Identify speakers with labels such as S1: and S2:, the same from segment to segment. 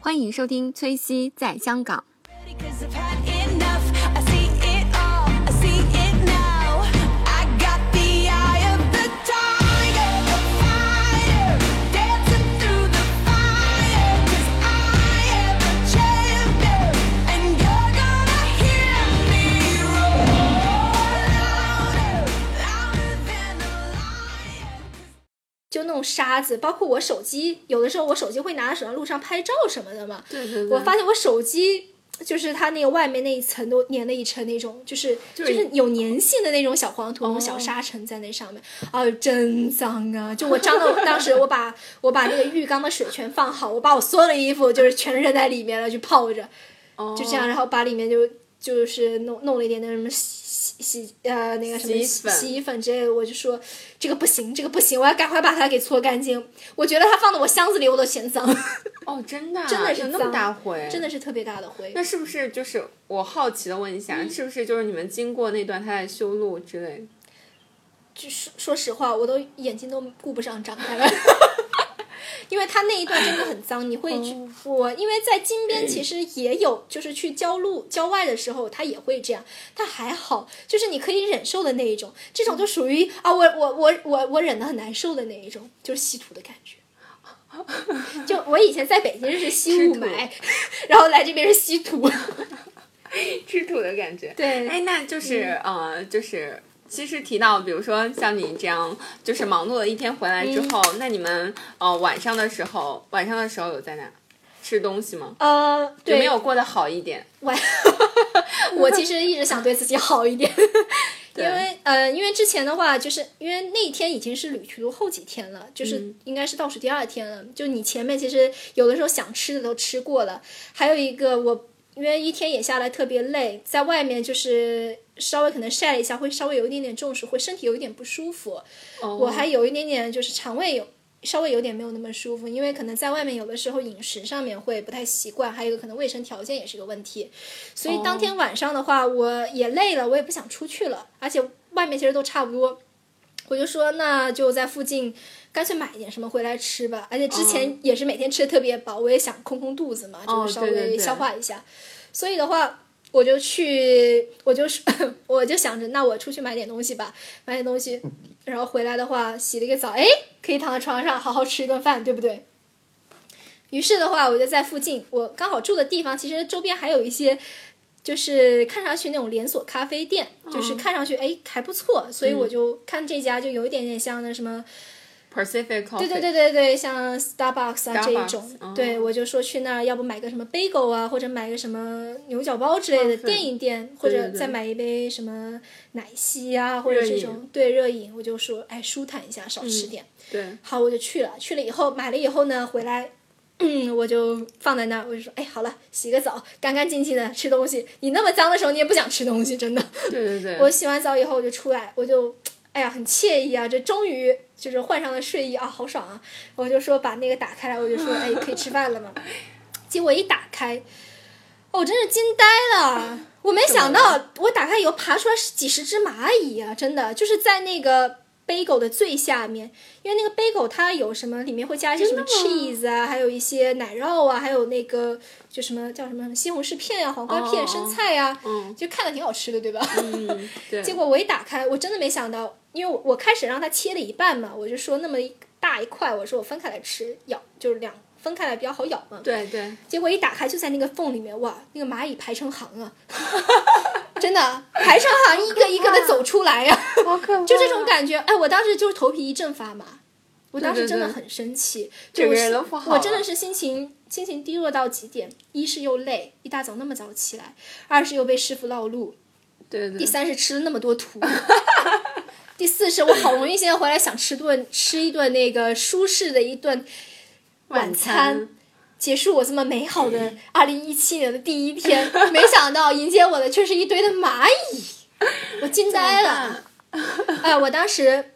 S1: 欢迎收听崔西在香港。
S2: Cause I've had enough. I see it all. I see it now. I got the eye of the tiger, the fire, dancing through the fire. 'Cause I am the champion, and you're gonna hear me roar louder, louder than a lion.
S3: 就那种沙子，包括我手机，有的时候我手机会拿在手上路上拍照什么的嘛。
S4: 对对对，
S3: 我发现我手机就是它那个外面那一层都粘了一层那种，就是
S4: 就是
S3: 就是有粘性的那种小黄土、
S4: 哦
S3: 小沙尘在那上面，啊，真脏啊！就我脏到 当时我把我把那个浴缸的水全放好，我把我所有的衣服就是全扔在里面了，就泡着，
S4: 哦
S3: 就这样，然后把里面就就是弄弄了一点那什么洗洗洗呃那个什么
S4: 洗衣
S3: 洗
S4: 粉
S3: 洗衣粉之类的，我就说这个不行，这个不行，我要赶快把它给搓干净。我觉得它放到我箱子里我都嫌 脏，
S4: 哦，真的啊
S3: 真的是
S4: 有那么
S3: 脏
S4: 大灰，
S3: 真的是特别大的灰。
S4: 那是不是就是我好奇的问一下，
S3: 嗯
S4: 是不是就是你们经过那段他在修路之类的？
S3: 就是说实话，我都眼睛都顾不上张开了。 因为它那一段真的很脏，你会去、
S4: 哦
S3: 我因为在金边其实也有，就是去郊路郊外的时候，它也会这样，但还好，就是你可以忍受的那一种，这种就属于啊，我我我我我忍的很难受的那一种，就是吸土的感 觉。就我以前在北京是吸雾霾，然后来这边是吸土，
S4: 吃土的感觉。
S3: 对嗯
S4: 哎，那就是、呃，就是其实提到，比如说像你这样，就是忙碌了一天回来之
S3: 嗯
S4: 后，那你们呃晚上的时候，晚上的时候有在哪吃东西吗？
S3: 呃，对，
S4: 有没有过得好一点？
S3: 我我其实一直想对自己好一点，因
S4: 对
S3: 为呃，因为之前的话，就是因为那天已经是旅途后几天了，就是
S4: 嗯
S3: 应该是倒数第二天了。就你前面其实有的时候想吃的都吃过了，还有一个我因为一天也下来特别累，在外面就是稍微可能晒了一下，会稍微有一点点中暑，会身体有一点不舒服。
S4: 哦
S3: 我还有一点点就是肠胃有稍微有点没有那么舒服，因为可能在外面有的时候饮食上面会不太习惯，还有一个可能卫生条件也是个问题，所以当
S4: 哦
S3: 天晚上的话，我也累了，我也不想出去了，而且外面其实都差不多，我就说那就在附近。干脆买一点什么回来吃吧，而且之前也是每天吃的特别饱，我也想空空肚子嘛，
S4: 哦
S3: 就是稍
S4: 对对
S3: 微
S4: 对
S3: 消化一下。所以的话，我就去，我就是 我就想着，那我出去买点东西吧，买点东西，
S4: 嗯
S3: 然后回来的话，洗了一个澡，哎，可以躺在床上好好吃一顿饭，对不对？于是的话，我就在附近，我刚好住的地方，其实周边还有一些，就是看上去那种连锁咖啡店，
S4: 嗯
S3: 就是看上去哎还不错，所以我就看这家就有一点点像那什么，
S4: Pacific Coffee，
S3: 对对对对对，像 Starbucks 啊这一
S4: Starbucks，
S3: 种，
S4: 哦
S3: 对我就说去那儿，要不买个什么 bagel 啊，或者买个什么牛角包之类的
S4: 哦是
S3: 垫一垫，或
S4: 对对
S3: 者
S4: 对
S3: 再买一杯什么奶昔啊，或者这
S4: 热嗯
S3: 种对热饮，我就说哎舒坦一下，少吃点。
S4: 对
S3: 好，我就去了。去了以后买了以后呢，回来，嗯，我就放在那儿，我就说，哎，好了，洗个澡，干干净净的吃东西。你那么脏的时候，你也不想吃东西，真的。
S4: 对对对，
S3: 我洗完澡以后我就出来，我就，哎呀，很惬意啊，这终于就是换上了睡衣啊，好爽啊！我就说把那个打开来，我就说，哎，可以吃饭了嘛。 结果一打开，哦我真是惊呆了，我没想到，我打开以后爬出来是几十只蚂蚁啊！真的，就是在那个 bagel 的最下面，因为那个 bagel 它有什么，里面会加一些什么 cheese 啊，还有一些奶酪啊，还有那个就什么叫什么西红柿片啊、黄瓜片、
S4: 哦
S3: 生菜啊，
S4: 嗯
S3: 就看着挺好吃的，对吧？
S4: 嗯对，
S3: 结果我一打开，我真的没想到，因为我我开始让它切了一半嘛，我就说那么一大一块，我说我分开来吃，咬就是两分开来比较好咬嘛。
S4: 对对，
S3: 结果一打开就在那个缝里面，哇，那个蚂蚁排成行 啊，真的排成行一个一个的走出来呀、
S4: 好可怕
S3: 就这 种感觉。哎，我当时就是头皮一阵发麻，我当时真的
S4: 对对对
S3: 很生气，
S4: 整
S3: 就我
S4: 个人
S3: 是
S4: 都不好
S3: 我
S4: 了
S3: 真的是心情心情低落到极点，一是又累，一大早那么早起来，二是又被师傅绕路，
S4: 对对
S3: 第，三是吃了那么多土， 第四是我好容易现在回来想吃顿吃一顿那个舒适的一顿晚餐
S4: 餐，
S3: 结束我这么美好 的二零一七年的第一天，没想到迎接我的却是一堆的蚂蚁，我 惊呆了。
S4: 啊
S3: 哎，我当时，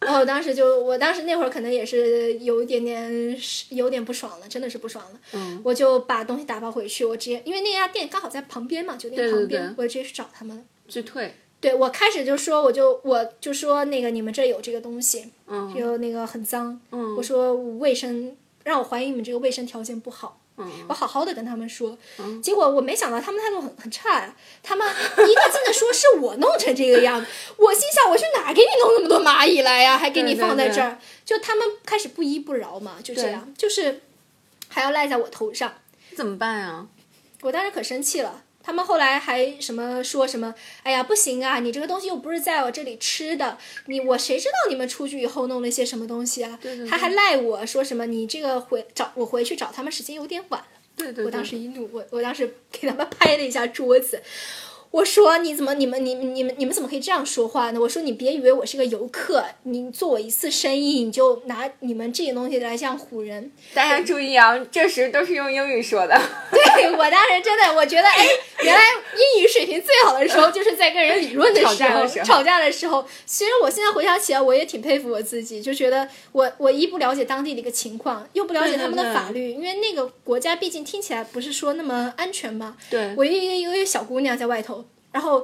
S3: 哦，我当时就，我当时那会儿可能也是有一点点，有点不爽了，真的是不爽了。
S4: 嗯，
S3: 我就把东西打包回去，我直接因为那家店刚好在旁边嘛，酒店
S4: 对对
S3: 旁边，
S4: 对
S3: 我就直接去找他们了。
S4: 去退，
S3: 对我开始就说，我就我就说那个你们这有这个东西，
S4: 嗯
S3: 有那个很脏，
S4: 嗯
S3: 我说卫生让我怀疑你们这个卫生条件不好，
S4: 嗯
S3: 我好好的跟他们说，结果我没想到他们态度很很差呀、他们一个劲的说是我弄成这个样子，我心想我去哪给你弄那么多蚂蚁来呀，还给你
S4: 对对
S3: 放在
S4: 对
S3: 这儿，就他们开始不依不饶嘛，就这
S4: 对
S3: 样，就是还要赖在我头上，
S4: 怎么办啊？
S3: 我当时可生气了。他们后来还什么说什么，哎呀不行啊，你这个东西又不是在我这里吃的，你我谁知道你们出去以后弄了些什么东西啊？
S4: 对对对
S3: 他还赖我说什么你这个回找我回去找他们时间有点晚了。
S4: 对对对，
S3: 我当时一怒，我我当时给他们拍了一下桌子，我说你怎么你们你们你们你们怎么可以这样说话呢？我说你别以为我是个游客，你做我一次生意你就拿你们这些东西来这样唬人。
S4: 大家注意啊，这时都是用英语说 的。
S3: 对我当时真的我觉得哎，原来英语水平最好的时候就是在跟人理论的时候，
S4: 吵架的时候
S3: 吵架的时候。其实我现在回想起来，我也挺佩服我自己，就觉得我我一不了解当地的一个情况，又不了解
S4: 对对
S3: 他们的
S4: 对
S3: 法律，因为那个国家毕竟听起来不是说那么安全嘛。
S4: 对
S3: 我一个一个小姑娘在外头，然后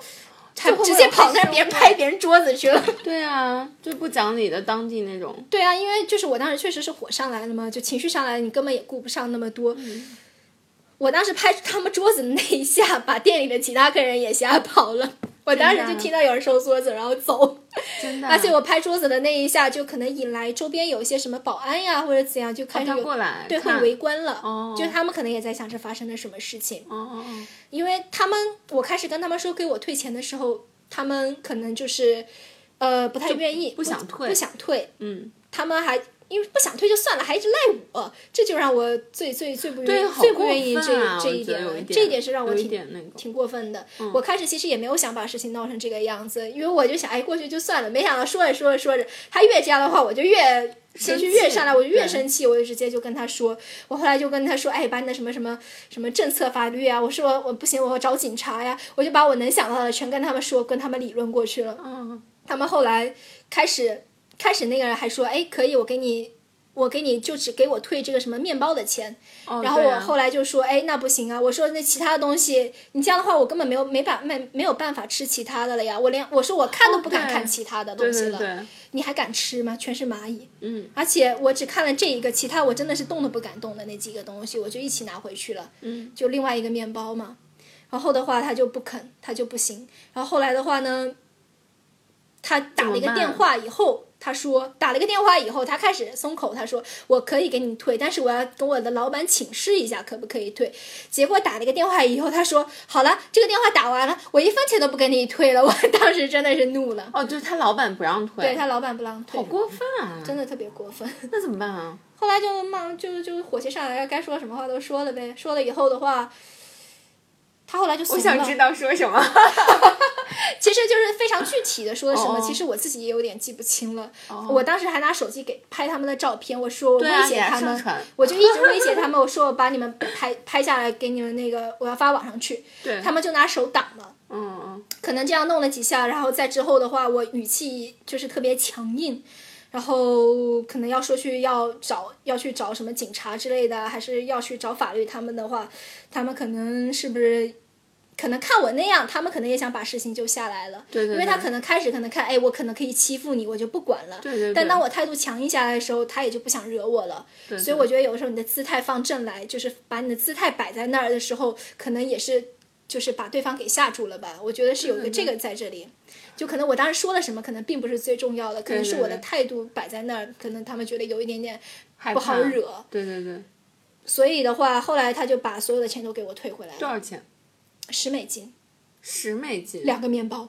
S3: 她
S4: 就会
S3: 直接
S4: 有
S3: 跑
S4: 这
S3: 那儿
S4: 种
S3: 别人拍别人桌子去了。
S4: 对啊，就不讲理的当地那种。
S3: 对啊，因为就是我当时确实是火上来了嘛，就情绪上来了，你根本也顾不上那么多。
S4: 嗯
S3: 我当时拍他们桌子的那一下，把店里的其他客人也吓跑了。我当时
S4: 真
S3: 就
S4: 的
S3: 听到有人收桌子，然后走。
S4: 真的啊，
S3: 而且我拍桌子的那一下，就可能引来周边有一些什么保安呀或者怎样，就开始
S4: 哦他
S3: 有、
S4: 过来
S3: 对会
S4: 看
S3: 围观了。
S4: 哦
S3: 就他们可能也在想是发生了什么事情，
S4: 哦哦哦，
S3: 因为他们我开始跟他们说给我退钱的时候，他们可能就是呃不太愿意，
S4: 不想退
S3: 不想退，
S4: 嗯，
S3: 他们还因为不想退就算了，还一直赖我，这就让我最最最不愿
S4: 对，
S3: 意、
S4: 好
S3: 最不
S4: 过
S3: 愿意这
S4: 分啊！
S3: 这
S4: 我觉得
S3: 点
S4: 有
S3: 了，
S4: 一
S3: 这一点是让我
S4: 有一
S3: 挺
S4: 点那嗯个。
S3: 挺过分的。我开始其实也没有想把事情闹成这个样子，因为我就想，哎，过去就算了。没想到说着说着说着，他越这样的话，我就越情绪越上来，我就越
S4: 对
S3: 生气，我就直接就跟他说，我后来就跟他说，哎，把你的什么什么什么政策法律啊，我说我不行，我找警察呀，我就把我能想到的全跟他们说，跟他们理论过去了。
S4: 嗯，
S3: 他们后来开始开始那个人还说，哎，可以，我给你。我给你就只给我退这个什么面包的钱，
S4: 哦
S3: 然后
S4: 对
S3: 我
S4: 啊
S3: 后来就说，哎，那不行啊！我说那其他的东西，你这样的话，我根本没有没把没没有办法吃其他的了呀！我连我说我看都不敢
S4: 哦对
S3: 看其他的
S4: 对
S3: 东西
S4: 对
S3: 了，
S4: 对，
S3: 你还敢吃吗？全是蚂蚁，
S4: 嗯，
S3: 而且我只看了这一个，其他我真的是动都不敢动的那几个东西，我就一起拿回去了。
S4: 嗯，
S3: 就另外一个面包嘛。然后的话，他就不肯，他就不行。然后后来的话呢，他打了一
S4: 怎么
S3: 个
S4: 办
S3: 电话以后，他说打了一个电话以后，他开始松口，他说我可以给你退，但是我要跟我的老板请示一下，可不可以退。结果打了一个电话以后，他说好了，这个电话打完了，我一分钱都不给你退了。我当时真的是怒了，
S4: 哦，就是他老板不让退，
S3: 对他老板不让退
S4: 好，过分啊！
S3: 真的特别过分。
S4: 那怎么办啊？
S3: 后来就骂，就就火气上来，该说什么话都说了呗。说了以后的话，他后来就怂
S4: 我
S3: 了。
S4: 想知道说什么。
S3: 其实就是非常具体的说了什么，
S4: 哦哦
S3: 其实我自己也有点记不清了。
S4: 哦
S3: 我当时还拿手机给拍他们的照片，我说我
S4: 对啊
S3: 威胁
S4: 给他
S3: 他们，
S4: 上传
S3: 我就一直威胁他们，我说我把你们拍拍下来给你们那个，我要发网上去。
S4: 对，
S3: 他们就拿手挡了。
S4: 嗯嗯，
S3: 可能这样弄了几下，然后在之后的话，我语气就是特别强硬，然后可能要说去要找要去找什么警察之类的，还是要去找法律他们的话，他们可能是不是？可能看我那样，他们可能也想把事情就下来了，
S4: 对对对
S3: 因为他可能开始可能看，哎，我可能可以欺负你，我就不管了。
S4: 对对对
S3: 但当我态度强硬下来的时候，他也就不想惹我了。
S4: 对
S3: 所以我觉得有时候你的姿态放正来，就是把你的姿态摆在那儿的时候，可能也是就是把对方给吓住了吧。我觉得是有
S4: 嗯
S3: 一个这个在这里，就可能我当时说了什么，可能并不是最重要的，可能是我的
S4: 对对
S3: 态度摆在那儿，可能他们觉得有一点点
S4: 害
S3: 不
S4: 怕
S3: 好惹。
S4: 嗯对对对，
S3: 所以的话，后来他就把所有的钱都给我退回来
S4: 多
S3: 了，
S4: 少钱？
S3: 十美金，
S4: 十美金，
S3: 两个面包。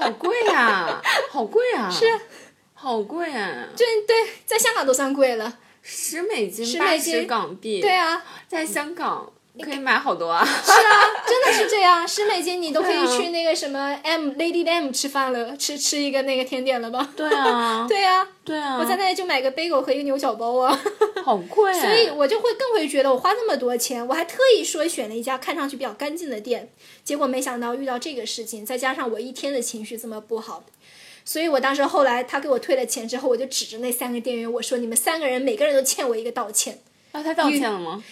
S4: 好贵啊，好贵啊，是，好贵啊，
S3: 对对，在香港都算贵了。
S4: 十美金，
S3: 10
S4: 八
S3: 美金
S4: 十港币，
S3: 对啊，
S4: 在香港可以买好多啊。
S3: 是啊，真的是这样。十美金你都可以
S4: 对啊
S3: 去那个什么 M Lady M 吃饭了，吃吃一个那个甜点了吧？
S4: 对啊，
S3: 对呀、
S4: 对啊，
S3: 我在那里就买个 bagel 和一个牛角包啊，
S4: 好贵，
S3: 所以我就会更会觉得我花那么多钱，我还特意说选了一家看上去比较干净的店，结果没想到遇到这个事情，再加上我一天的情绪这么不好，所以我当时后来他给我退了钱之后，我就指
S4: 啊
S3: 着那三个店员我说：“你们三个人每个人都欠我一个道歉。”
S4: 那他道歉了吗？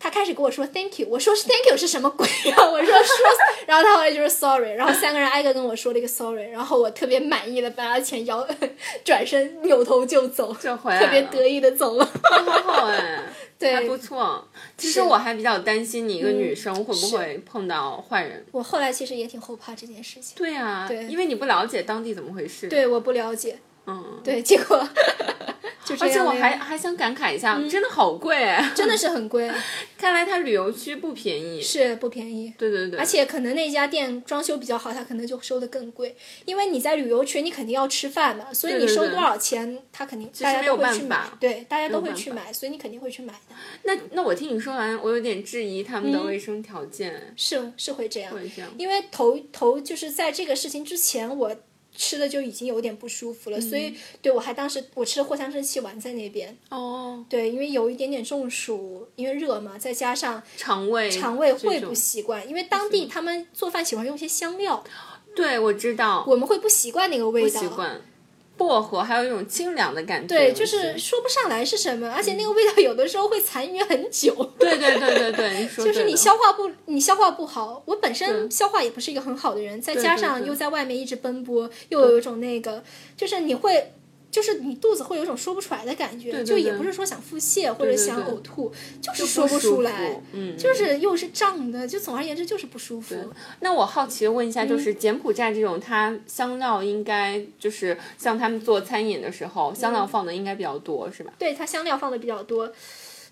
S3: 他开始跟我说 thank you，我说是 thank you 是什么鬼呀、啊？我说 说，然后他后来就是 sorry，然后三个人挨个跟我说了一个 sorry，然后我特别满意的把他钱摇， 转身扭头就走，
S4: 就回来
S3: 特别
S4: 了
S3: 得意的走了。
S4: 很好哎，
S3: 对
S4: 还不错。其
S3: 是嗯
S4: 实我还比较担心你一个女生会不会碰到坏人。
S3: 我后来其实也挺后怕这件事情，
S4: 对啊，
S3: 对
S4: 因为你不了解当地怎么回事。，
S3: 对，我不了解，
S4: 嗯，
S3: 对，结 果就这
S4: 而
S3: 样了呀。嗯
S4: 且我还还想感慨一下，真的好贵哎！
S3: 真的是很贵，
S4: 看来它旅游区不便宜。
S3: 是不便宜。
S4: 对对对，
S3: 而且可能那家店装修比较好，它可能就收的更贵，因为你在旅游区，你肯定要吃饭嘛，所以你
S4: 对对
S3: 收
S4: 对
S3: 多少钱，他肯定
S4: 实
S3: 大家
S4: 没有
S3: 都会去
S4: 办
S3: 买
S4: 法，
S3: 对，大家都会去
S4: 没有办
S3: 买，所以你肯定会去买的，
S4: 那那我听你说完，我有点质疑他
S3: 嗯
S4: 们的卫生条件。
S3: 是是会这样，
S4: 会这样
S3: 因为头头就是在这个事情之前我。吃的就已经有点不舒服了，所
S4: 嗯
S3: 以对我还当时我吃了藿香正气丸在那边，
S4: 哦，
S3: 对，因为有一点点中暑，因为热嘛，再加上
S4: 肠胃
S3: 肠胃
S4: 这
S3: 会
S4: 种
S3: 不习惯，因为当地他们做饭喜欢用一些香料，
S4: 对，我知道，
S3: 我们会不习惯那个味
S4: 不
S3: 道，
S4: 习惯。薄荷还有一种清凉的感觉。
S3: 对，
S4: 我
S3: 就
S4: 觉得
S3: 是说不上来是什么，而且那个味道有的时候会残余很久。
S4: 对对对对对，你说
S3: 就是
S4: 对
S3: 你
S4: 了
S3: 消化不，你消化不好。我本身
S4: 对
S3: 消化也不是一个很好的人，再
S4: 对
S3: 加
S4: 对
S3: 上
S4: 对
S3: 又在外面一直奔波，又有一种那个，就是你会，就是你肚子会有一种说不出来的感觉，
S4: 对对
S3: 就也
S4: 对
S3: 不是说想腹泻或
S4: 对
S3: 者
S4: 对
S3: 想
S4: 对
S3: 呕吐，就是
S4: 就
S3: 说
S4: 不舒
S3: 出来
S4: 服，嗯
S3: 就是又是胀的，就总而言之就是不舒服。
S4: 那我好奇的问一下，
S3: 嗯
S4: 就是柬埔寨这种，它香料应该就是像他们做餐饮的时候，香
S3: 嗯
S4: 料放的应该比较多，是吧？
S3: 对它香料放的比较多，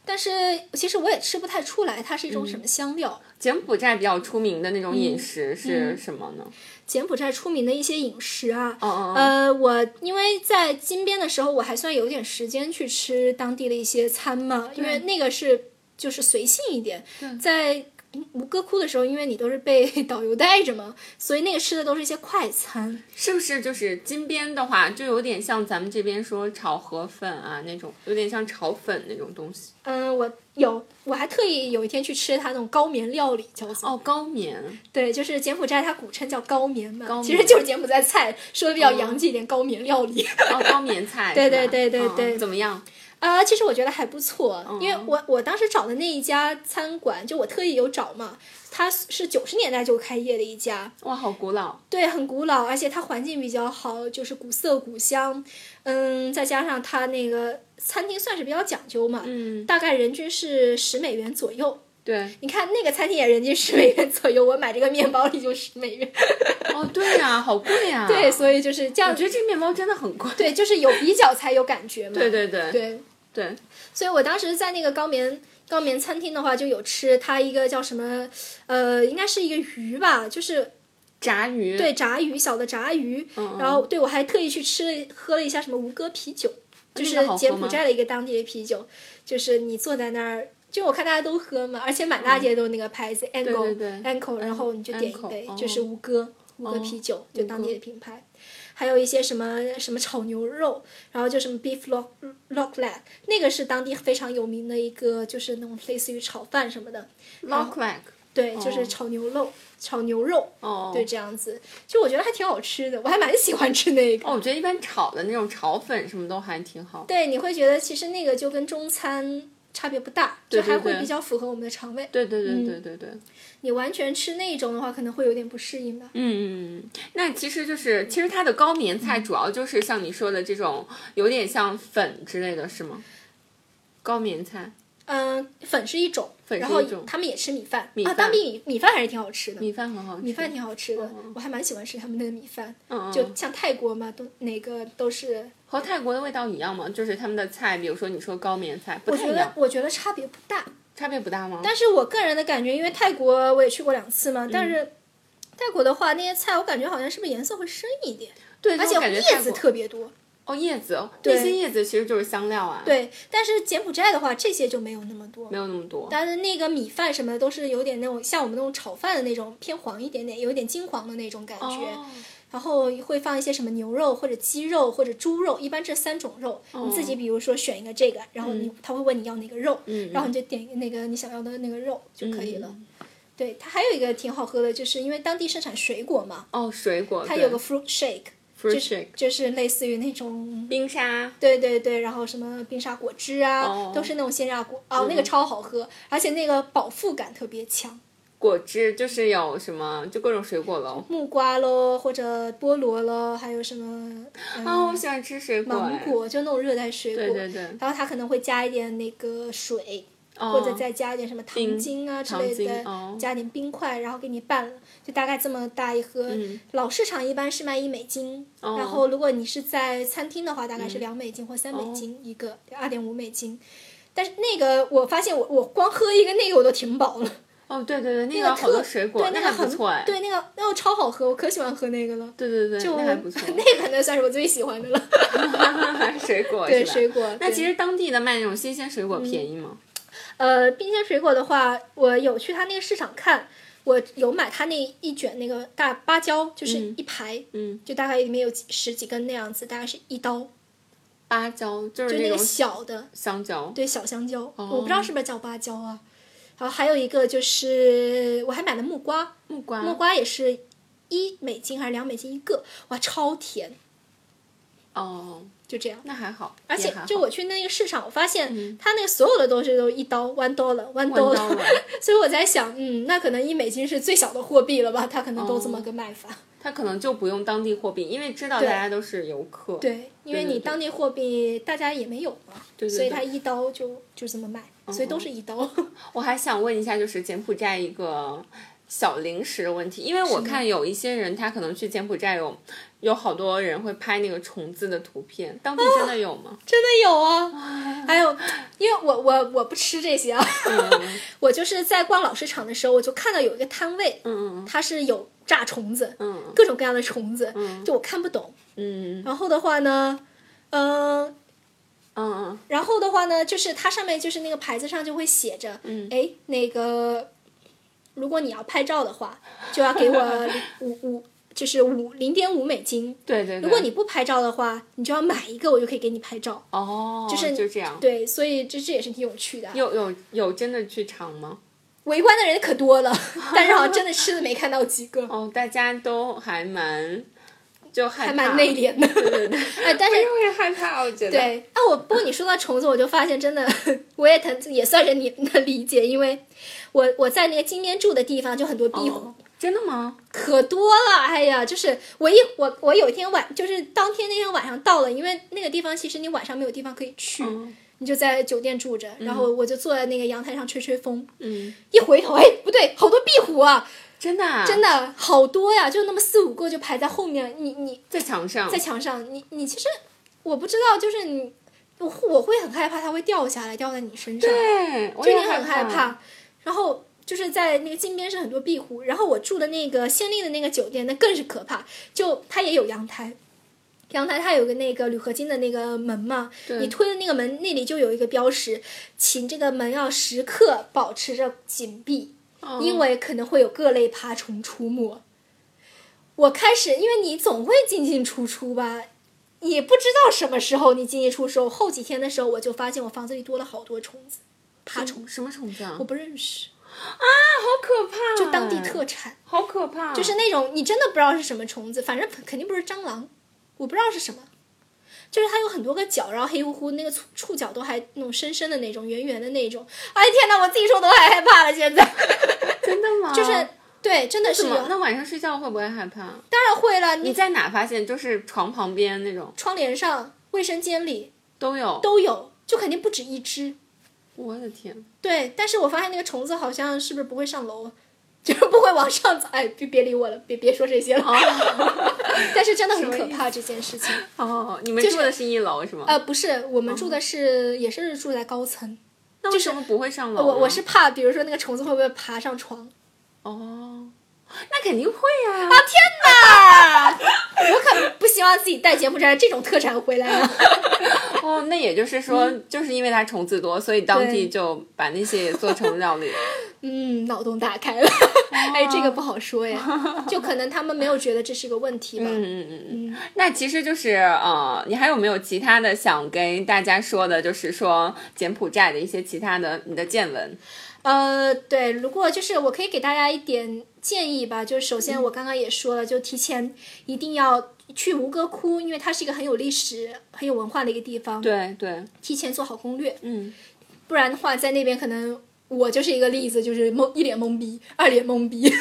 S3: 但是其实我也吃不太出来它是一种什么香料。
S4: 柬埔寨比较出名的那种
S3: 嗯
S4: 饮食是什么呢？
S3: 柬埔寨出名的一些饮食啊，
S4: 嗯嗯嗯
S3: 呃，我因为在金边的时候，我还算有点时间去吃当地的一些餐嘛，因为那个是就是随性一点，在。吴哥窟的时候，因为你都是被 导游带着嘛，所以那个吃的都是一些快餐。
S4: 是不是就是金边的话，就有点像咱们这边说炒河粉啊那种，有点像炒粉那种东西。
S3: 嗯，我有，我还特意有一天去吃它那种高棉料理，叫做、
S4: 哦，高棉，
S3: 对，就是柬埔寨它古称叫高棉嘛，
S4: 高
S3: 其实
S4: 棉嗯
S3: 就是柬埔寨菜，说的比较洋气一点，高棉料理。
S4: 哦，高棉菜是吧，
S3: 对对对对
S4: 嗯
S3: 对
S4: 怎么样？
S3: 啊，其实我觉得还不错，
S4: 嗯
S3: 因为我我当时找的那一家餐馆，就我特意有找嘛，它是九十年代就开业的一家，
S4: 哇，好古老，
S3: 对，很古老，而且它环境比较好，就是古色古香，嗯，再加上它那个餐厅算是比较讲究嘛，
S4: 嗯，
S3: 大概人均是十美元左右。
S4: 对，
S3: 你看那个餐厅也人均十美元左右，我买这个面包也就十美 元，
S4: 哦，对呀、好贵呀、
S3: 对，所以就是这
S4: 啊我
S3: 样，
S4: 觉得这面包真的很贵。
S3: 对，就是有比较才有感觉嘛，
S4: 对对对
S3: 对。
S4: 对，
S3: 所以我当时在那个高棉高棉餐厅的话，就有吃它一个叫什么，呃，应该是一个鱼吧，就是
S4: 炸鱼，
S3: 对炸鱼小的炸鱼，
S4: 嗯嗯
S3: 然后对我还特意去吃了喝了一下什么吴哥啤酒，就
S4: 啊那
S3: 是
S4: 个好喝
S3: 柬埔
S4: 吗
S3: 寨的一个当地的啤酒，就是你坐在那儿。就我看大家都喝嘛，而且满大街都那个牌子
S4: 嗯对
S3: Angle
S4: 对
S3: Angle，然后你就点一
S4: Angle，
S3: 杯
S4: 哦，
S3: 就是吴哥吴哥啤酒，就当地的品牌。还有一些什么什么炒牛肉，然后就什么 beef lock lock leg，那个是当地非常有名的一个，就是那种类似于炒饭什么的，
S4: ，lock like，
S3: 对，就是炒牛肉，炒牛肉，
S4: 哦，
S3: 对，这样子，就我觉得还挺好吃的，我还蛮喜欢吃那个。
S4: 哦，我觉得一般炒的那种炒粉什么都还挺好。
S3: 对，你会觉得其实那个就跟中餐差别不大，
S4: 对
S3: 就还
S4: 对
S3: 会
S4: 对
S3: 比较符合我们的肠胃。
S4: 对对对对对对，嗯
S3: 你完全吃那种的话，可能会有点不适应吧。
S4: 嗯，嗯那其实就是，其实它的高棉
S3: 嗯
S4: 菜主要就是像你说的这种，有点像粉之类的是吗？高棉菜、
S3: 嗯，粉是一种，
S4: 粉是
S3: 然后
S4: 一种
S3: 他们也吃米饭
S4: 米
S3: 啊，当
S4: 饭
S3: 地米米饭还是挺好吃的，
S4: 米饭很好吃，
S3: 米饭挺好吃的，
S4: 嗯
S3: 我还蛮喜欢吃他们那个米饭。
S4: 嗯，嗯
S3: 就像泰国嘛，都哪个都是，
S4: 和泰国的味道一样吗？就是他们的菜，比如说你说高棉菜，不
S3: 我
S4: 太
S3: 觉
S4: 一
S3: 得
S4: 样，
S3: 我觉得差别不大。
S4: 差别不大吗？
S3: 但是我个人的感觉，因为泰国我也去过两次嘛，
S4: 嗯
S3: 但是泰国的话，那些菜我感觉好像是不是颜色会深一点，
S4: 对，
S3: 而且
S4: 我感觉
S3: 叶
S4: 泰
S3: 子
S4: 国
S3: 特别多。
S4: 哦，叶子
S3: 对
S4: 那些叶子其实就是香料啊，，
S3: 对，但是柬埔寨的话，这些就没有那么多
S4: 没。有那么多。
S3: 但是那个米饭什么的都是有点那种像我们那种炒饭的那种偏黄一点点，有点金黄的那种感觉。
S4: 哦
S3: 然后会放一些什么牛肉或者鸡肉或者猪肉，一般这三种肉，
S4: 哦
S3: 你自己比如说选一个这个，然后你、他会问你要哪个肉，
S4: 嗯
S3: 然后你就点一个那个你想要的那个肉就可以了。
S4: 嗯
S3: 对，它还有一个挺好喝的，就是因为当地盛产水果嘛，
S4: 哦，水果
S3: 它
S4: 对
S3: 有个 fruit shake，
S4: fruit
S3: 就是
S4: shake
S3: 就是类似于那种
S4: 冰沙，
S3: 对对对，然后什么冰沙果汁啊，
S4: 哦嗯
S3: 都是那种鲜榨果，哦，那个超好喝，而且那个饱腹感特别强。
S4: 果汁就是有什么就各种水果喽。
S3: 木瓜喽，或者菠萝喽，还有什么、嗯
S4: 啊、我喜欢吃水果，哎
S3: 芒果，就那种热带水果。
S4: 对对对
S3: 然后它可能会加一点那个水，
S4: 哎
S3: 或者再加一点什么糖
S4: 冰
S3: 精啊之
S4: 糖
S3: 类的
S4: 精，哦
S3: 加点冰块，然后给你拌了，就大概这么大一盒。老市场一般是卖一美金，
S4: 嗯哦嗯
S3: 然后如果你是在餐厅的话，大概是两美金或三
S4: 哦
S3: 美金一个，二点五美金。但是那个我发现我我光喝一个那个我都挺饱了，
S4: 哦，对对对，那
S3: 那
S4: 个
S3: 个
S4: 有好多
S3: 特
S4: 水果，
S3: 对那
S4: 还
S3: 个很
S4: 不错哎。
S3: 对那个那个超好喝，我可喜欢喝那个了。
S4: 对对对，
S3: 就。
S4: 那还不错
S3: 那个可能算是我最喜欢的了。
S4: 水 果
S3: 对
S4: 是吧
S3: 水果
S4: 那
S3: 对
S4: 其实当地的卖那种新鲜水果便宜吗？
S3: 呃，冰鲜水果的话，我有去他那个市场看，我有买他那一卷那个大芭蕉，就是一排，
S4: 嗯
S3: 就大概里面有几十几根那样子，大概是一刀，
S4: 芭蕉就
S3: 就
S4: 是
S3: 那
S4: 那
S3: 个
S4: 种哦
S3: 小的，
S4: 香蕉，
S3: 对，小香蕉，我不知道是不是叫芭蕉啊。然后还有一个就是我还买了木瓜，
S4: 木瓜，
S3: 木瓜也是一美金还是两美金一个，哇，超甜，
S4: 哦，
S3: 就这样。
S4: 那还好，
S3: 而
S4: 也
S3: 且
S4: 还
S3: 就
S4: 好嗯
S3: 我去那个市场，我发现他那个所有的东西都一刀 one dollar one
S4: $1
S3: dollar，所以 我在想，嗯，那可能一美金是最小的货币了吧？他可能都这
S4: 哦
S3: 么个卖法。
S4: 他可能就不用当地货币，因为知道大
S3: 对
S4: 家都是游客。
S3: 对，因为
S4: 对
S3: 你
S4: 对
S3: 当地货币大家也没有嘛，
S4: 对对
S3: 所以
S4: 对哦
S3: 他一刀就就这么卖，所以都是一刀。
S4: 我还想问一下，就是柬埔寨一个小零食的问题，因为我看有一些人他可能去柬埔寨有有好多人会拍那个虫子的图片，当地真的有吗？
S3: 真的有啊！ 还有，因为我我我不吃这些啊，
S4: 嗯
S3: 我就是在逛老市场的时候，我就看到有一个摊位，
S4: 嗯
S3: 它是有炸虫子，
S4: 嗯
S3: 各种各样的虫子，就我看不懂。
S4: 嗯嗯
S3: 然后的话呢，嗯、
S4: 嗯
S3: 然后的话呢，就是它上面就是那个牌子上就会写着，
S4: 嗯
S3: 哎、那个，如果你要拍照的话，就要给我五五，就是五零点五美金。
S4: 对对对。
S3: 如果你不拍照的话，你就要买一个，我就可以给你拍照。
S4: 哦，
S3: 就是
S4: 就这样，
S3: 对，所以这这也是挺有趣的啊。
S4: 有有有真的去尝吗？
S3: 围观的人可多了， 但是好像真的吃的没看到几个，
S4: 哦，大家都还蛮就害
S3: 还
S4: 怕，
S3: 蛮内敛的。
S4: 对对对，
S3: 哎，但是
S4: 因为害怕，我觉得。
S3: 对，啊，我不过你说到虫子，我就发现真的， 我也很也算是你能理解，因为我我在那个金边住的地方就很多壁虎。
S4: 哦，真的吗？
S3: 可多了，哎呀，就是我一我我有一天晚，就是当天那天晚上到了，因为那个地方其实你晚上没有地方可以去，
S4: 嗯
S3: 你就在酒店住着，然后我就坐在那个阳台上吹吹风，
S4: 嗯，
S3: 一回头，哎，不对，好多壁虎啊，
S4: 真的、啊，
S3: 真的好多呀，就那么四五个就排在后面，你你
S4: 在墙上，
S3: 在墙上，你你其实我不知道，就是你我我会很害怕它会掉下来，掉在你身上，
S4: 对，我
S3: 就
S4: 也
S3: 你很害
S4: 害
S3: 怕。然后就是在那个金边是很多壁虎，然后我住的那个县立的那个酒店，那更是可怕，就它也有阳台。阳台它有个那个铝合金的那个门嘛，
S4: 对
S3: 你推的那个门那里就有一个标识，请这个门要时刻保持着紧闭，
S4: 哦
S3: 因为可能会有各类爬虫出没。我开始，因为你总会进进出出吧，也不知道什么时候你进进出出。后几天的时候，我就发现我房子里多了好多虫子，爬虫
S4: 虫什么虫子啊？
S3: 我不认识，
S4: 好可怕，
S3: 就当地特产，
S4: 好可怕，
S3: 就是那种你真的不知道是什么虫子，反正肯定不是蟑螂，我不知道是什么。就是它有很多个角，然后黑乎乎，那个触触角都还那种深深的那种，圆圆的那种。哎天哪，我自己说都害害怕了， 现在
S4: 真的吗？
S3: 就是对，真的是
S4: 怎
S3: 有
S4: 么？，啊那晚上睡觉会不会害怕？
S3: 当然会了，
S4: 你
S3: 你
S4: 在哪发现？就是床旁边那种
S3: 窗帘上、卫生间里
S4: 都有。
S3: 都有，就肯定不止一只。
S4: 我的天，
S3: 对，但是我发现那个虫子好像是不是不会上楼， 就是不会往上走。哎，别别理我了，别别说这些了。 但是真的很可怕这件事情。
S4: 哦，你们
S3: 就是
S4: 住的是一楼是吗？
S3: 呃，不是，我们住的是、也是住在高层。
S4: 那为什么不会上楼啊
S3: 我
S4: 呢？
S3: 我是怕，比如说那个虫子会不会爬上床？
S4: 哦，那肯定会呀、啊。
S3: 我可不希望自己带柬埔寨这种特产回来 啊。
S4: 哦，那也就是说，就是因为它虫子多，所以当
S3: 对
S4: 地就把那些也做成料理。
S3: 嗯，脑洞大开了。
S4: 哦
S3: 哎，这个不好说呀，就可能他们没有觉得这是个问题吧。
S4: 嗯嗯嗯，嗯，那其实就是呃，你还有没有其他的想跟大家说的？就是说柬埔寨的一些其他的你的见闻。
S3: 呃，对，如果就是我可以给大家一点建议吧，就是首
S4: 嗯
S3: 先我刚刚也说了，就提前一定要去吴哥窟，因为它是一个很有历史、很有文化的一个地方，
S4: 对对，
S3: 提前做好攻略，
S4: 嗯，
S3: 不然的话，在那边可能我就是一个例子，就是懵一脸懵逼，二脸懵逼。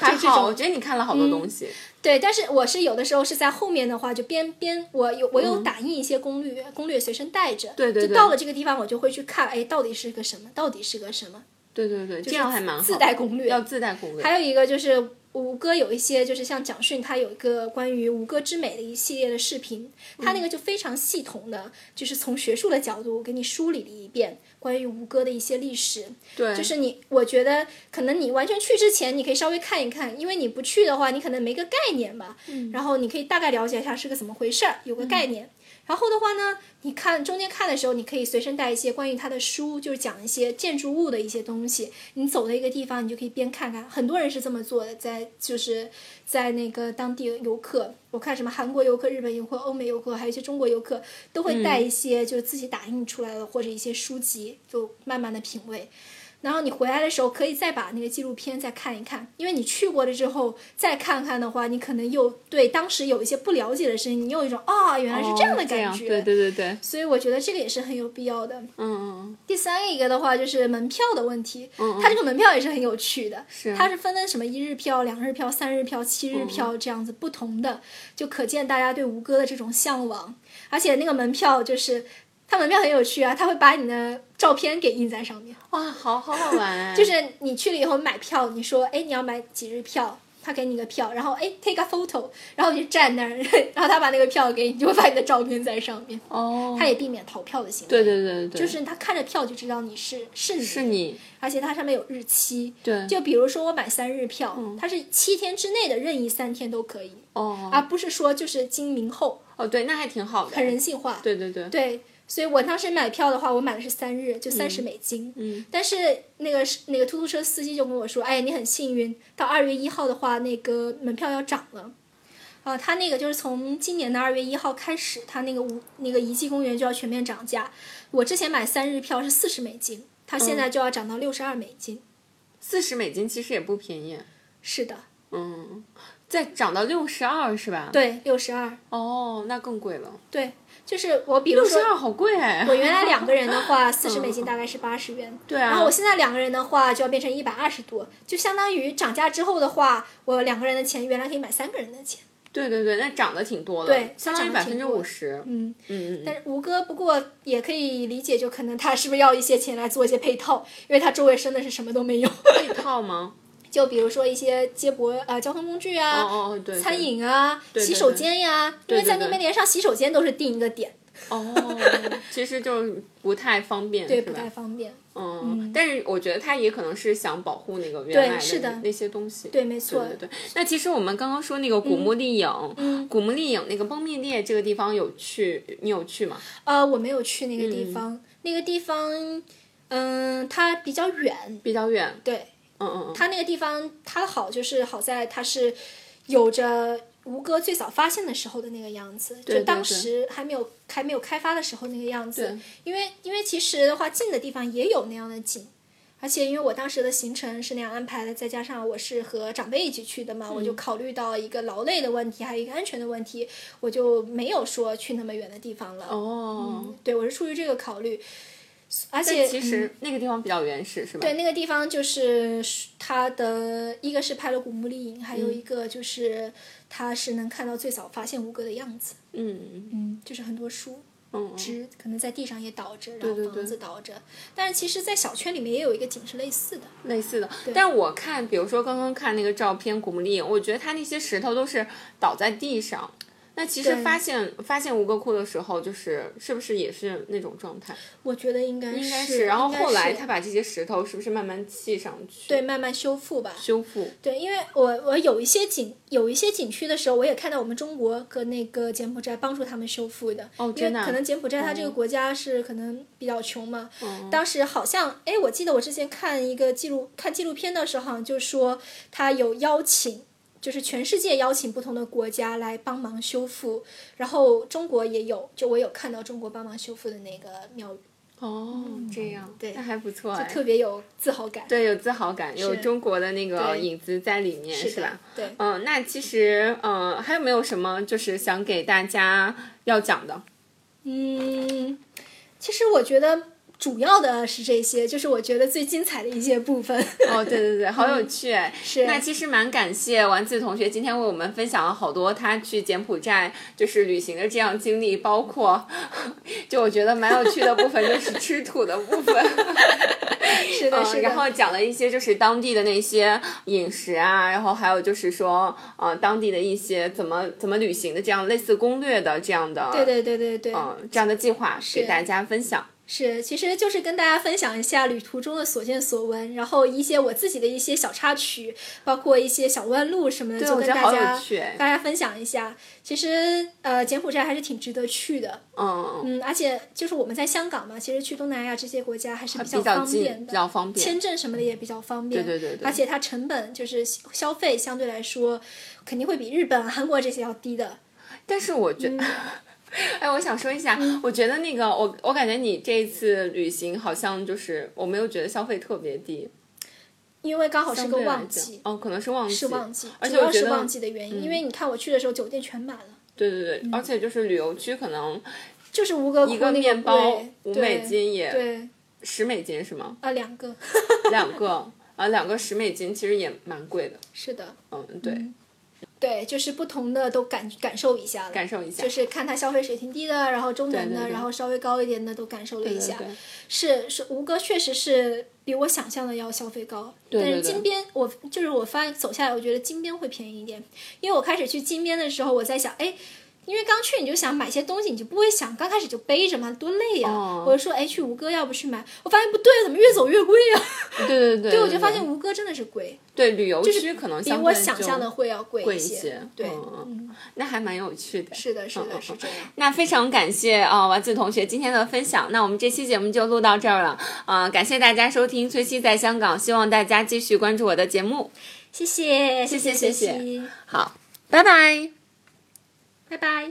S4: 还
S3: 这种嗯
S4: 好，我觉得你看了好多东西，
S3: 对，但是我是有的时候是在后面的话，就边边我有我有打印一些攻略，攻略随身带着，
S4: 嗯对对
S3: 就
S4: 对
S3: 到了这个地方我就会去看，哎，到底是个什么，到底是个什么，
S4: 对对对，
S3: 就
S4: 这
S3: 是
S4: 样还蛮好的，
S3: 自带攻略
S4: 要自带攻略，
S3: 还有一个就是吴哥有一些，就是像蒋勋，他有一个关于吴哥之美的一系列的视频，他那个就非常系统的，就是从学术的角度给你梳理了一遍关于吴哥的一些历史。
S4: 对，
S3: 就是你，我觉得可能你完全去之前，你可以稍微看一看，因为你不去的话，你可能没个概念吧。然后你可以大概了解一下是个怎么回事儿，有个概念。然后的话呢，你看中间看的时候，你可以随身带一些关于它的书，就是讲一些建筑物的一些东西。你走的一个地方，你就可以边看看。很多人是这么做的，在就是在那个当地游客，我看什么韩国游客、日本游客、欧美游客，还有一些中国游客，都
S4: 嗯
S3: 会带一些就是自己打印出来的或者一些书籍，就慢慢的品味。然后你回来的时候可以再把那个纪录片再看一看，因为你去过了之后再看看的话，你可能又对当时有一些不了解的事情，你又有一种啊、原来是这样的
S4: 哦
S3: 感觉。
S4: 对对对对，
S3: 所以我觉得这个也是很有必要的。
S4: 嗯嗯
S3: 第三一个的话就是门票的问题，
S4: 嗯嗯
S3: 它这个门票也是很有趣的，
S4: 是
S3: 它是分的什么一日票、两日票、三日票、七日票
S4: 嗯
S3: 这样子不同的，就可见大家对吴哥的这种向往。而且那个门票就是，它门票很有趣啊，它会把你的照片给印在上面，
S4: 哇，好好好 玩哎，
S3: 就是你去了以后买票，你说哎你要买几日票。他给你个票，然后哎，take a photo，然后你就站那儿， 然后他把那个票给你，就会把你的照片在上面，
S4: 哦，
S3: 他也避免逃票的行为。
S4: 对对对对对，
S3: 就是他看着票就知道你是是你，
S4: 是你
S3: 而且它上面有日期。
S4: 对嗯
S3: 就比如说我买三日票，它是七天之内的任意三天都可以，
S4: 哦
S3: 而不是说就是今明后，
S4: 哦对，那还挺好的，
S3: 啊很人性化。
S4: 对对对，
S3: 对所以我当时买票的话，我买的是三日，就三十美金。
S4: 嗯
S3: 但是那个是那个出租车司机就跟我说：“哎，你很幸运，到二月一号的话，那个门票要涨了。”啊，他那个就是从今年的二月一号开始，他那个无那个遗迹公园就要全面涨价。我之前买三日票是四十美金，它
S4: 嗯
S3: 现在就要涨到六十二美金。
S4: 四十美金其实也不便宜，
S3: 是的，
S4: 嗯，再涨到六十二是吧？，
S3: 对，六十二，
S4: 哦，那更贵了，
S3: 对，就是我比如
S4: 六十
S3: 说。
S4: 二好贵哎，
S3: 我原来两个人的话，四十美金大概是八十元。
S4: 对啊
S3: 然后我现在两个人的话，就要变成一百二十多，就相当于涨价之后的话，我两个人的钱原来可以买三个人的钱。
S4: 对对对，那涨得挺多的，
S3: 对
S4: 相当于
S3: 它
S4: 百
S3: 涨得
S4: 分之
S3: 挺多
S4: 五十，
S3: 嗯，
S4: 嗯嗯
S3: 但
S4: 嗯，
S3: 是吴哥不过也可以理解，就可能他是不是要一些钱来做一些配套，因为他周围真的是什么都没有。
S4: 一套吗？
S3: 就比如说一些接驳呃交通工具
S4: 哦
S3: 啊、
S4: 哦哦，对，对
S3: 餐饮啊、
S4: 对对
S3: 洗手间呀、
S4: 对
S3: 因为在
S4: 对
S3: 那
S4: 对
S3: 边连上洗手间都是定一个点，
S4: 哦，其实就是不太方便，
S3: 对，
S4: 是
S3: 不
S4: 吧
S3: 太方便。
S4: 嗯，但是我觉得他也可能是想保护那个原
S3: 对
S4: 来
S3: 是的
S4: 那那些东西。
S3: 对，没错。
S4: 对对对，那其实我们刚刚说那个古墓丽影，
S3: 嗯
S4: 古墓丽影那个崩灭裂这个地方有去，你有去吗？
S3: 呃，我没有去那个
S4: 嗯
S3: 地方，那个地方，嗯，它比较远，
S4: 比较远，
S3: 对，
S4: 嗯嗯嗯，
S3: 它那个地方它的好就是好在它是有着吴哥最早发现的时候的那个样子，
S4: 对对
S3: 就当
S4: 对
S3: 时还没有还没有开发的时候那个样子
S4: 对。
S3: 因为因为其实的话，近的地方也有那样的景。而且因为我当时的行程是那样安排的，再加上我是和长辈一起去的嘛，
S4: 嗯
S3: 我就考虑到一个劳累的问题，还有一个安全的问题，我就没有说去那么远的地方了。
S4: 哦，
S3: 对我是出于这个考虑，而且
S4: 但其
S3: 嗯
S4: 实那个地方比较原始，是吧？
S3: 对，那个地方就是它的一个是拍了古墓丽影，还
S4: 嗯
S3: 有一个就是它是能看到最早发现吴哥的样子，
S4: 嗯
S3: 嗯，就是很多书。
S4: 嗯嗯，
S3: 枝可能在地上也倒着，然
S4: 对对
S3: 后
S4: 对
S3: 房子倒着，但是其实，在小圈里面也有一个景是类似的。
S4: 类似的。但我看，比如说刚刚看那个照片，古墓丽影，我觉得它那些石头都是倒在地上。那其实
S3: 对
S4: 发现发现吴哥窟的时候，就是是不是也是那种状态？
S3: 我觉得应该是，
S4: 应
S3: 应
S4: 该是。然后
S3: 该
S4: 后来
S3: 是
S4: 他把这些石头是不是慢慢砌上去？
S3: 对，慢慢修复吧，
S4: 修复。
S3: 对，因为我我有一些景有一些景区的时候，我也看到我们中国跟那个柬埔寨帮助他们修复的，
S4: 哦
S3: 因
S4: 真的
S3: 为
S4: 啊
S3: 可能柬埔寨它这个
S4: 哦
S3: 国家是可能比较穷嘛，当时好像哎，我记得我之前看一个记录看纪录片的时候，好像就说他有邀请。就是全世界邀请不同的国家来帮忙修复，然后中国也有，就我有看到中国帮忙修复的那个庙宇，
S4: 哦，这样，
S3: 嗯对
S4: 那还不错
S3: 就
S4: 哎，
S3: 特别有自豪感。
S4: 对，有自豪感，有
S3: 是
S4: 中国的那个
S3: 对
S4: 影子在里面，
S3: 是
S4: 吧
S3: 的？，对。
S4: 嗯、那其实，嗯、还有没有什么就是想给大家要讲的？
S3: 嗯，其实我觉得主要的是这些，就是我觉得最精彩的一些部分。
S4: 哦，对对对，好有趣哎！
S3: 嗯是
S4: 那其实蛮感谢丸子同学今天为我们分享了好多他去柬埔寨就是旅行的这样经历，包括就我觉得蛮有趣的部分就是吃土的部分。
S3: 是的，
S4: 嗯
S3: 是的。
S4: 然后讲了一些就是当地的那些饮食啊，然后还有就是说，呃，当地的一些怎么怎么旅行的这样类似攻略的这样的，
S3: 对对对对对，
S4: 嗯、这样的计划给大家分享。
S3: 是，其实就是跟大家分享一下旅途中的所见所闻，然后一些我自己的一些小插曲，包括一些小弯路什么的，
S4: 对
S3: 就
S4: 我
S3: 跟
S4: 觉得
S3: 大
S4: 好有
S3: 家
S4: 趣哎
S3: 大家分享一下。其实呃，柬埔寨还是挺值得去的，
S4: 嗯，
S3: 嗯，而且就是我们在香港嘛，其实去东南亚这些国家还是比较
S4: 比较
S3: 方
S4: 近，
S3: 便
S4: 比
S3: 的，
S4: 较方便。嗯
S3: 签证什么的也比较方便，
S4: 对对对对
S3: 而且它成本就是消消费相对来说肯定会比日本、啊韩国这些要低的。
S4: 但是我
S3: 嗯
S4: 觉 哎，我想说一下，我觉得那个我我感觉你这一次旅行好像就是我没有觉得消费特别低，
S3: 因为刚好是
S4: 相
S3: 个
S4: 对来
S3: 旺
S4: 讲
S3: 季，
S4: 哦，可能是旺季，
S3: 是旺季，
S4: 而
S3: 主
S4: 且我
S3: 要
S4: 觉
S3: 是
S4: 得嗯
S3: 旺季的原因。因为你看我去的时候，酒店全满了，
S4: 对对
S3: 嗯
S4: 对，而且就是旅游区可能
S3: 就是吴哥窟
S4: 一
S3: 那
S4: 个面包
S3: 对
S4: 五
S3: 对
S4: 美金也
S3: 对
S4: 十美金是吗？
S3: 啊，两个
S4: 两个啊，两个十美金其实也蛮贵的。
S3: 是的，
S4: 嗯，对，
S3: 对，就是不同的都感感受一下了，
S4: 感受一下，
S3: 就是看它消费水平低的，然后中等的，
S4: 对对对
S3: 然后稍微高一点的都感受了
S4: 对
S3: 一
S4: 对
S3: 下。
S4: 对，
S3: 是是，吴哥确实是比我想象的要消费高，
S4: 对对
S3: 但是
S4: 对
S3: 金边我就是我发现走下来，我觉得金边会便宜一点，因为我开始去金边的时候，我在想，哎。因为刚去你就想买些东西，你就不会想刚开始就背着嘛，多累呀、
S4: 哦
S3: 我就说，哎，去吴哥要不去买？我发现不对，怎么越走越贵呀、
S4: 对对对， 对
S3: 我就发现吴哥真的是贵，
S4: 对旅游
S3: 就是
S4: 区可能
S3: 比
S4: 相
S3: 我
S4: 对
S3: 想
S4: 就
S3: 象的会要贵
S4: 贵
S3: 一
S4: 一
S3: 些。
S4: 些，
S3: 对，
S4: 嗯，那还蛮有趣的。
S3: 是的，是
S4: 嗯
S3: 的，
S4: 嗯
S3: 是
S4: 嗯
S3: 这样。
S4: 那非常感谢啊、呃丸子同学今天的分享。那我们这期节目就录到这儿了，啊，感谢大家收听《崔西在香港》，希望大家继续关注我的节目。
S3: 谢谢，谢
S4: 谢
S3: 谢
S4: 谢谢
S3: 谢，
S4: 好，拜拜。
S3: 拜拜。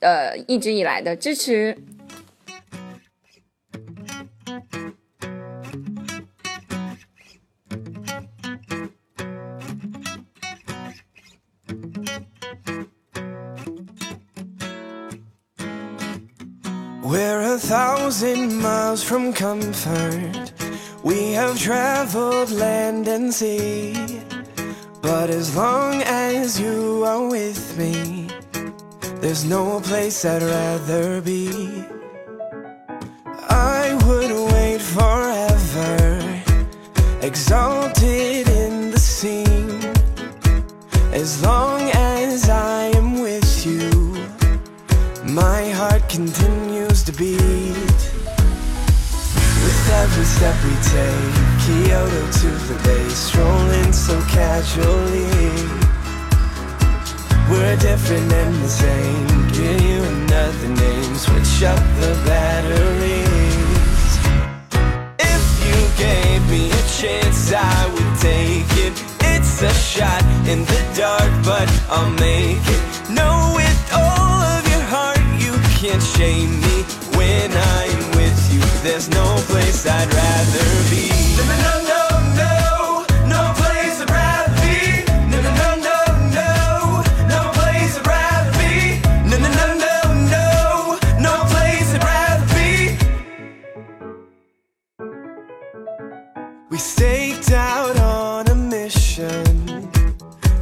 S4: 呃一直以来的支持。
S5: We're a thousand miles from comfort. We have traveled land and sea. But as long as you are with me, there's no place I'd rather be. I would wait forever, exalted in the scene. As long as I am with you, my heart continues to beat With every step we take Kyoto to the bay Strolling so casually We're different and the same Give you another name Switch up the batteries If you gave me a chance I would take it It's a shot in the dark But I'll make it Know with all of your heart You can't shame me When I'm with you There's no place I'd rather be No, no, no, no, no No place I'd rather be No, no, no, no, no No place I'd rather be No, no, no, no, no No place I'd rather be We staked out on a mission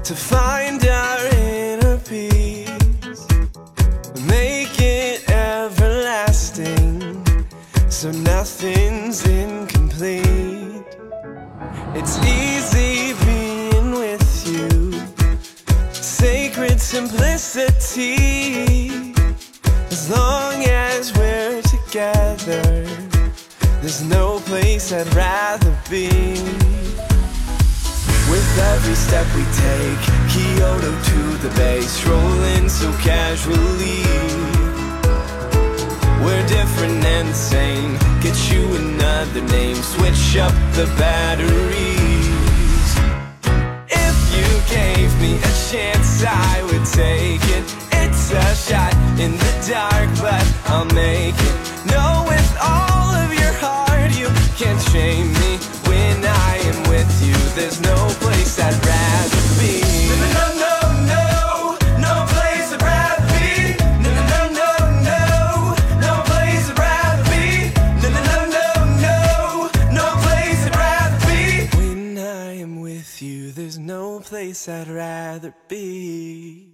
S5: to find our inner peace, make it everlasting so nothing's incomplete. It's easy being with you, sacred simplicity, as long as we're together. There's no place I'd rather be. With every step we take, Kyoto to the base, rolling so casually. We're different and the same. Get you another name, switch up the batteries. If you gave me a chance, I would take it. It's a shot in the dark, but I'll make it. No, with all of your heart, you can't shame me. When I am with you, there's no place I'd rather be. No, no, no, no place I'd rather be. No, no, no, no, no place I'd rather be. No, no, no, no, no place I'd rather be. When I am with you, there's no place I'd rather be.